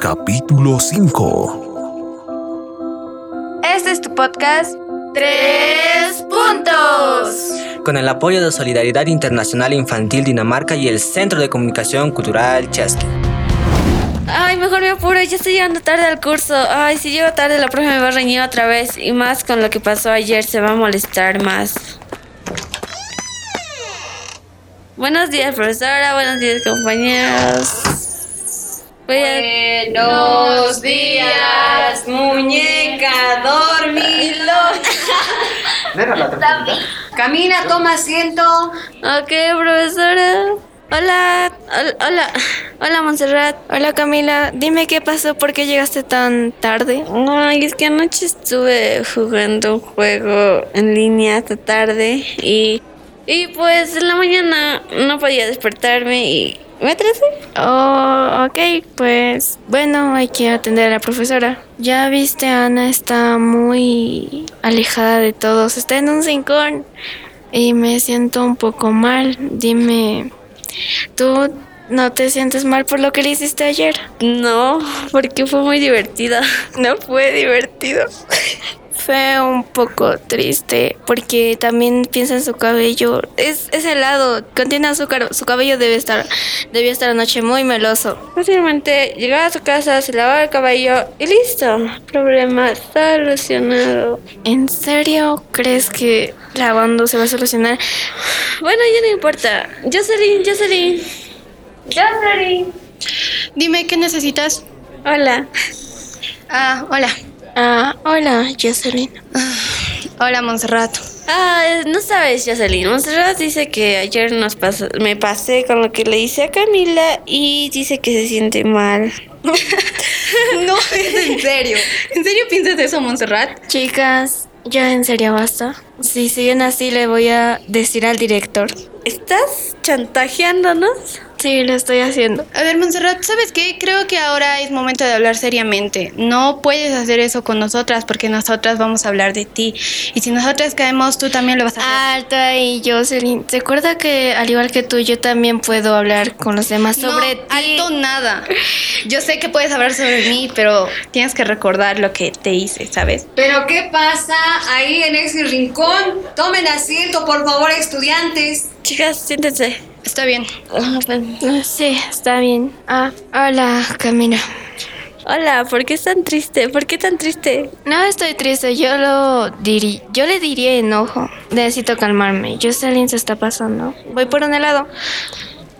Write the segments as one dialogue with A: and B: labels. A: Capítulo 5
B: Este es tu podcast.
C: Tres puntos.
D: Con el apoyo de Solidaridad Internacional Infantil Dinamarca y el Centro de Comunicación Cultural Chesky.
C: Ay, mejor me apuro, ya estoy llegando tarde al curso. Ay, si llego tarde la profe me va a reñir otra vez. Y más con lo que pasó ayer, se va a molestar más. Buenos días, profesora. Buenos días, compañeros. Pues,
E: Voy a... Buenos días, muñeca dormilona. Camina, toma asiento.
C: Ok, profesora. Hola, hola, hola, hola Montserrat.
F: Hola Camila, dime qué pasó, por qué llegaste tan tarde.
C: Ay, es que anoche estuve jugando un juego en línea hasta tarde y, y pues en la mañana no podía despertarme y me atrasé.
F: Oh, ok, pues bueno, hay que atender a la profesora. Ya viste, Ana está muy alejada de todos, está en un rincón y me siento un poco mal. Dime... ¿Tú no te sientes mal por lo que le hiciste ayer?
C: No, porque fue muy divertida.
F: No fue divertido. fue un poco triste porque también piensa en su cabello. Es, es helado, contiene azúcar. Su cabello debe estar, debía estar anoche muy meloso.
C: Fácilmente llegaba a su casa, se lavaba el cabello y listo. Problema solucionado.
F: ¿En serio crees que lavando se va a solucionar?
C: Bueno, ya no importa. Jocelyn, Jocelyn.
B: Jocelyn.
G: Dime, ¿qué necesitas?
C: Hola.
G: Ah, hola.
F: Ah, hola, Jocelyn.
G: Ah, hola, Montserrat.
C: Ah, no sabes, Jocelyn. Montserrat dice que ayer nos pasó, me pasé con lo que le hice a Camila y dice que se siente mal.
G: no, es en serio. ¿En serio piensas eso, Montserrat?
F: Chicas, ya en serio basta. Si siguen así, le voy a decir al director.
C: ¿Estás chantajeándonos?
F: Sí, lo estoy haciendo.
G: A ver, Montserrat, ¿sabes qué? Creo que ahora es momento de hablar seriamente. No puedes hacer eso con nosotras porque nosotras vamos a hablar de ti. Y si nosotras caemos, tú también lo vas a
F: hacer. Alto ahí, Jocelyn. ¿Te acuerdas que al igual que tú, yo también puedo hablar con los demás
G: no,
F: sobre ti?
G: alto nada. Yo sé que puedes hablar sobre mí, pero tienes que recordar lo que te hice, ¿sabes?
E: Pero ¿qué pasa ahí en ese rincón? Tomen asiento, por favor, estudiantes.
C: Chicas, siéntense.
G: Está bien.
F: Sí, está bien. Ah, hola, Camila.
C: Hola, ¿por qué es tan triste? ¿Por qué tan triste?
F: No estoy triste, yo lo diría, yo le diría enojo. Necesito calmarme. Jocelyn se está pasando. Voy por un helado.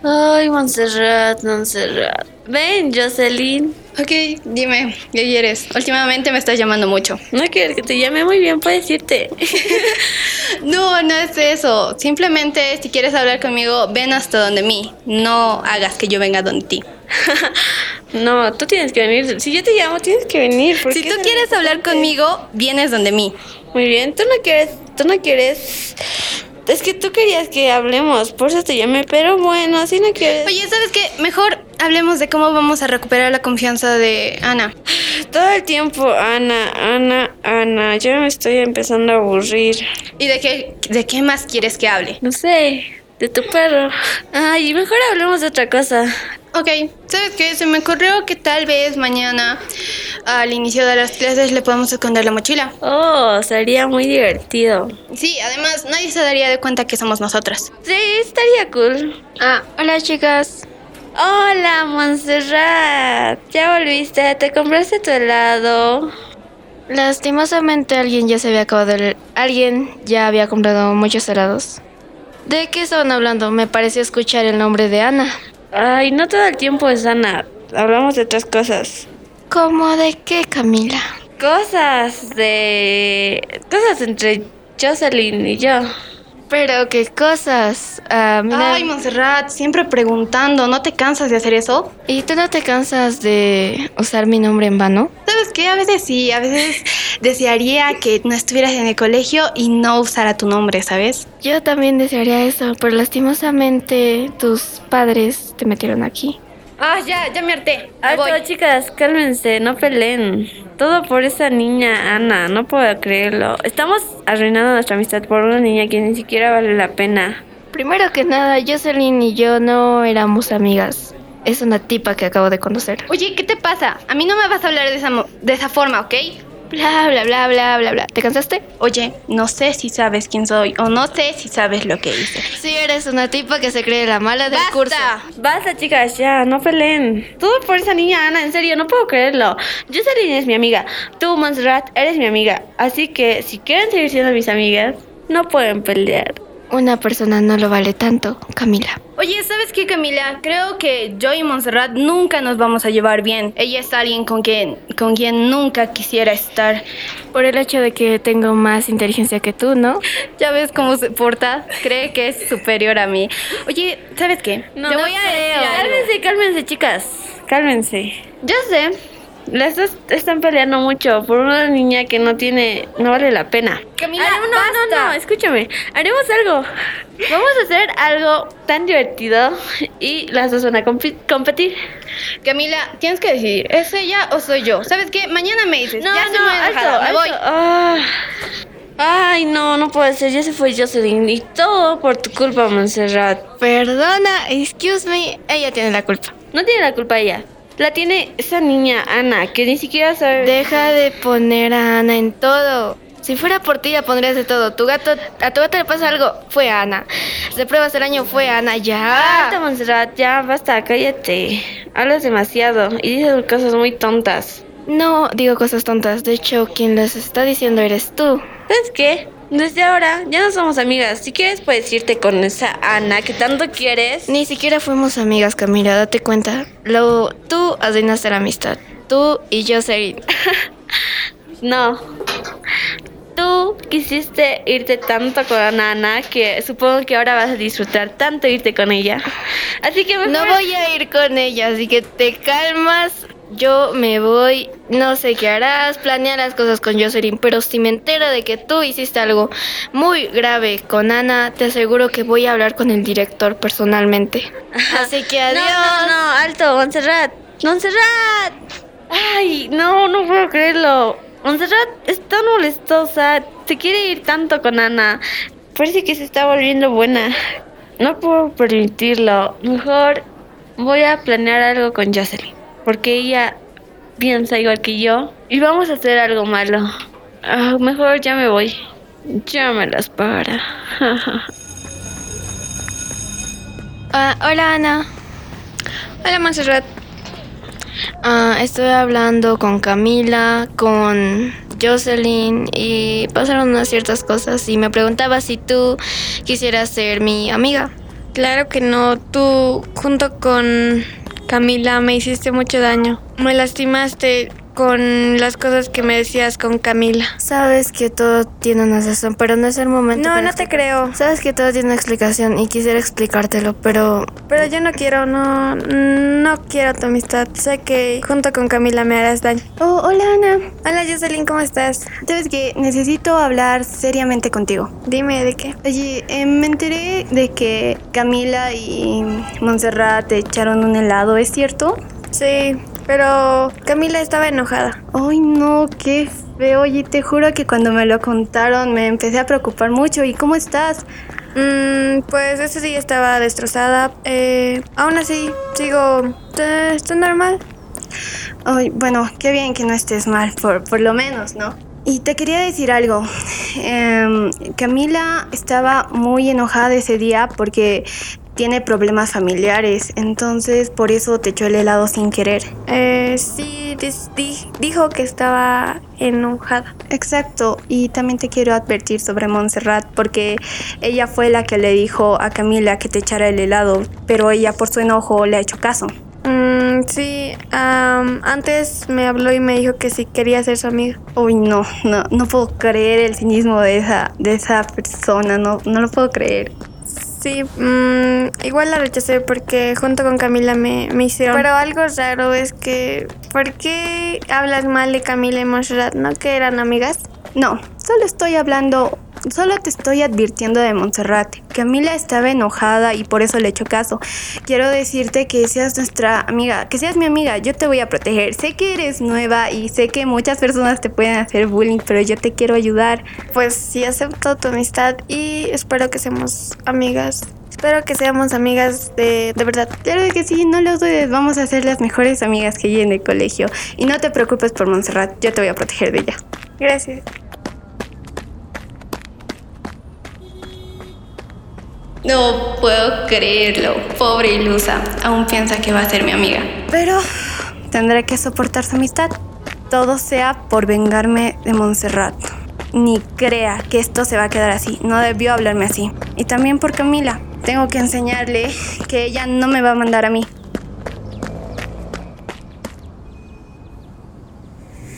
C: Ay, Montserrat, Montserrat. Ven, Jocelyn.
G: Ok, dime, ¿qué quieres? Últimamente me estás llamando mucho.
C: No quiero que te llame muy bien, puedes irte.
G: no, no es eso. Simplemente, si quieres hablar conmigo, ven hasta donde mí. No hagas que yo venga donde ti.
C: no, tú tienes que venir. Si yo te llamo, tienes que venir.
G: Si tú quieres hablar conmigo, vienes donde mí.
C: Muy bien, tú no quieres, tú no quieres es que tú querías que hablemos, por eso te llamé, pero bueno, así no quieres.
G: Oye, ¿sabes qué? Mejor hablemos de cómo vamos a recuperar la confianza de Ana.
C: Todo el tiempo, Ana, Ana, Ana, yo me estoy empezando a aburrir.
G: ¿Y de qué, de qué más quieres que hable?
C: No sé, de tu perro. Ay, mejor hablemos de otra cosa.
G: Ok, ¿sabes qué? Se me ocurrió que tal vez mañana al inicio de las clases le podemos esconder la mochila.
C: Oh, sería muy divertido.
G: Sí, además nadie se daría de cuenta que somos nosotras.
C: Sí, estaría cool.
F: Ah, hola chicas.
C: Hola, Montserrat. Ya volviste, te compraste tu helado.
F: Lastimosamente alguien ya se había acabado el... Alguien ya había comprado muchos helados. ¿De qué estaban hablando? Me pareció escuchar el nombre de Ana.
C: Ay, no todo el tiempo es Ana. Hablamos de otras cosas.
F: ¿Cómo de qué, Camila?
C: Cosas de... Cosas entre Jocelyn y yo.
F: Pero qué cosas. Uh,
G: mira... Ay, Montserrat, siempre preguntando, ¿no te cansas de hacer eso?
F: ¿Y tú no te cansas de usar mi nombre en vano?
G: ¿Sabes qué? A veces sí, a veces desearía que no estuvieras en el colegio y no usara tu nombre, ¿sabes?
F: Yo también desearía eso, pero lastimosamente tus padres te metieron aquí.
G: Ah, ya, ya me harté.
C: Ay, voy. chicas, cálmense, no peleen. Todo por esa niña, Ana, no puedo creerlo. Estamos arruinando nuestra amistad por una niña que ni siquiera vale la pena.
F: Primero que nada, Jocelyn y yo no éramos amigas. Es una tipa que acabo de conocer.
H: Oye, ¿qué te pasa? A mí no me vas a hablar de esa, mo- de esa forma, ¿ok?
F: Bla, bla, bla, bla, bla, bla. ¿Te cansaste?
H: Oye, no sé si sabes quién soy o no sé si sabes lo que hice.
F: Sí, eres una tipa que se cree la mala del
H: ¡Basta!
F: curso.
C: Basta, chicas, ya, no peleen. Tú por esa niña, Ana, en serio, no puedo creerlo. Jocelyn es mi amiga. Tú, Montserrat, eres mi amiga. Así que si quieren seguir siendo mis amigas, no pueden pelear.
F: Una persona no lo vale tanto, Camila.
H: Oye, ¿sabes qué, Camila? Creo que yo y Montserrat nunca nos vamos a llevar bien. Ella es alguien con quien, con quien nunca quisiera estar.
F: Por el hecho de que tengo más inteligencia que tú, ¿no?
H: Ya ves cómo se porta. Cree que es superior a mí. Oye, ¿sabes qué?
C: No,
H: Te
C: no
H: voy a
C: creo.
H: decir algo.
C: Cálmense, cálmense, chicas. Cálmense. Yo sé, las dos están peleando mucho por una niña que no tiene, no vale la pena.
H: Camila,
C: Haremos- no, no, no, escúchame. Haremos algo. Vamos a hacer algo tan divertido y las dos van a compi- competir.
H: Camila, tienes que decidir. ¿Es ella o soy yo? ¿Sabes qué? Mañana me dices.
C: No,
H: ya estoy
C: no,
H: muy enojada.
C: alto,
H: Me voy.
C: alto. Ah. Ay, no, no puede ser. Ya se fue Jocelyn y todo por tu culpa, Montserrat.
F: Perdona, excuse me. Ella tiene la culpa.
C: No tiene la culpa ella. La tiene esa niña, Ana, que ni siquiera sabe.
F: Deja de poner a Ana en todo. Si fuera por ti, la pondrías de todo. Tu gato, a tu gato le pasa algo, fue a Ana. Se pruebas el año, fue a Ana.
C: Basta,
F: Ya.
C: Montserrat, ya, basta, cállate. Hablas demasiado y dices cosas muy tontas.
F: No digo cosas tontas. De hecho, quien las está diciendo eres tú.
C: ¿Sabes qué? Desde ahora ya no somos amigas. Si quieres, puedes irte con esa Ana que tanto quieres.
F: Ni siquiera fuimos amigas, Camila. Date cuenta. Lo, tú has de nacer amistad. Tú y yo, Serin.
C: No. Tú quisiste irte tanto con Ana que supongo que ahora vas a disfrutar tanto irte con ella. Así que mejor
F: No voy a ir con ella, así que te calmas. Yo me voy, no sé qué harás, planea las cosas con Jocelyn, pero si me entero de que tú hiciste algo muy grave con Ana, te aseguro que voy a hablar con el director personalmente. Así que
C: No,
F: adiós.
C: no, no, alto, Montserrat. Montserrat. Ay, no, no puedo creerlo. Montserrat es tan molestosa. Se quiere ir tanto con Ana. Parece que se está volviendo buena. No puedo permitirlo. Mejor voy a planear algo con Jocelyn. Porque ella piensa igual que yo. Y vamos a hacer algo malo. Ah, mejor ya me voy. Ya me las para.
F: Ah, hola Ana. Hola Montserrat. Ah, estoy hablando con Camila, con Jocelyn y pasaron unas ciertas cosas y me preguntaba si tú quisieras ser mi amiga.
I: Claro que no, tú junto con Camila me hiciste mucho daño. Me lastimaste con las cosas que me decías con Camila.
F: Sabes que todo tiene una razón, pero no es el momento.
I: No,
F: para
I: no te creo.
F: Sabes que todo tiene una explicación y quisiera explicártelo, pero
I: Pero yo no quiero, no, no quiero tu amistad. Sé que junto con Camila me harás daño.
G: Oh, hola Ana.
I: Hola Jocelyn, ¿cómo estás?
G: Sabes que necesito hablar seriamente contigo.
I: Dime de qué.
G: Oye, eh, me enteré de que Camila y Montserrat te echaron un helado, ¿es cierto?
I: Sí, pero Camila estaba enojada.
G: Ay, no, qué feo. Oye, te juro que cuando me lo contaron me empecé a preocupar mucho. ¿Y cómo estás?
I: Mm, pues ese día estaba destrozada. Eh, aún así, sigo... eh, Está normal.
G: Ay, bueno, qué bien que no estés mal, por, por lo menos, ¿no? Y te quería decir algo. Em, Camila estaba muy enojada ese día porque tiene problemas familiares, entonces por eso te echó el helado sin querer.
I: Eh, sí, dis- di- dijo que estaba enojada.
G: Exacto, y también te quiero advertir sobre Montserrat porque ella fue la que le dijo a Camila que te echara el helado, pero ella por su enojo le ha hecho caso.
I: Mm, sí, am, antes me habló y me dijo que si quería ser su amiga.
G: Uy, no, no, no puedo creer el cinismo de esa, de esa persona, no, no lo puedo creer.
I: Sí, mm, igual la rechacé porque junto con Camila me, me hicieron. Pero algo raro es que, ¿por qué hablas mal de Camila y Montserrat? ¿No que eran amigas?
G: No, solo estoy hablando, solo te estoy advirtiendo de Montserrat. Camila estaba enojada y por eso le echo caso. Quiero decirte que seas nuestra amiga, que seas mi amiga, yo te voy a proteger. Sé que eres nueva y sé que muchas personas te pueden hacer bullying, pero yo te quiero ayudar.
I: Pues sí, acepto tu amistad y espero que seamos amigas.
J: Espero que seamos amigas de, de verdad.
G: Claro que sí, no lo dudes, vamos a ser las mejores amigas que hay en el colegio. Y no te preocupes por Montserrat, yo te voy a proteger de ella.
J: Gracias.
K: No puedo creerlo. Pobre ilusa. Aún piensa que va a ser mi amiga.
G: Pero tendré que soportar su amistad. Todo sea por vengarme de Montserrat. Ni crea que esto se va a quedar así. No debió hablarme así. Y también por Camila. Tengo que enseñarle que ella no me va a mandar a mí.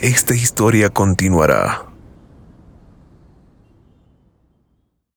L: Esta historia continuará.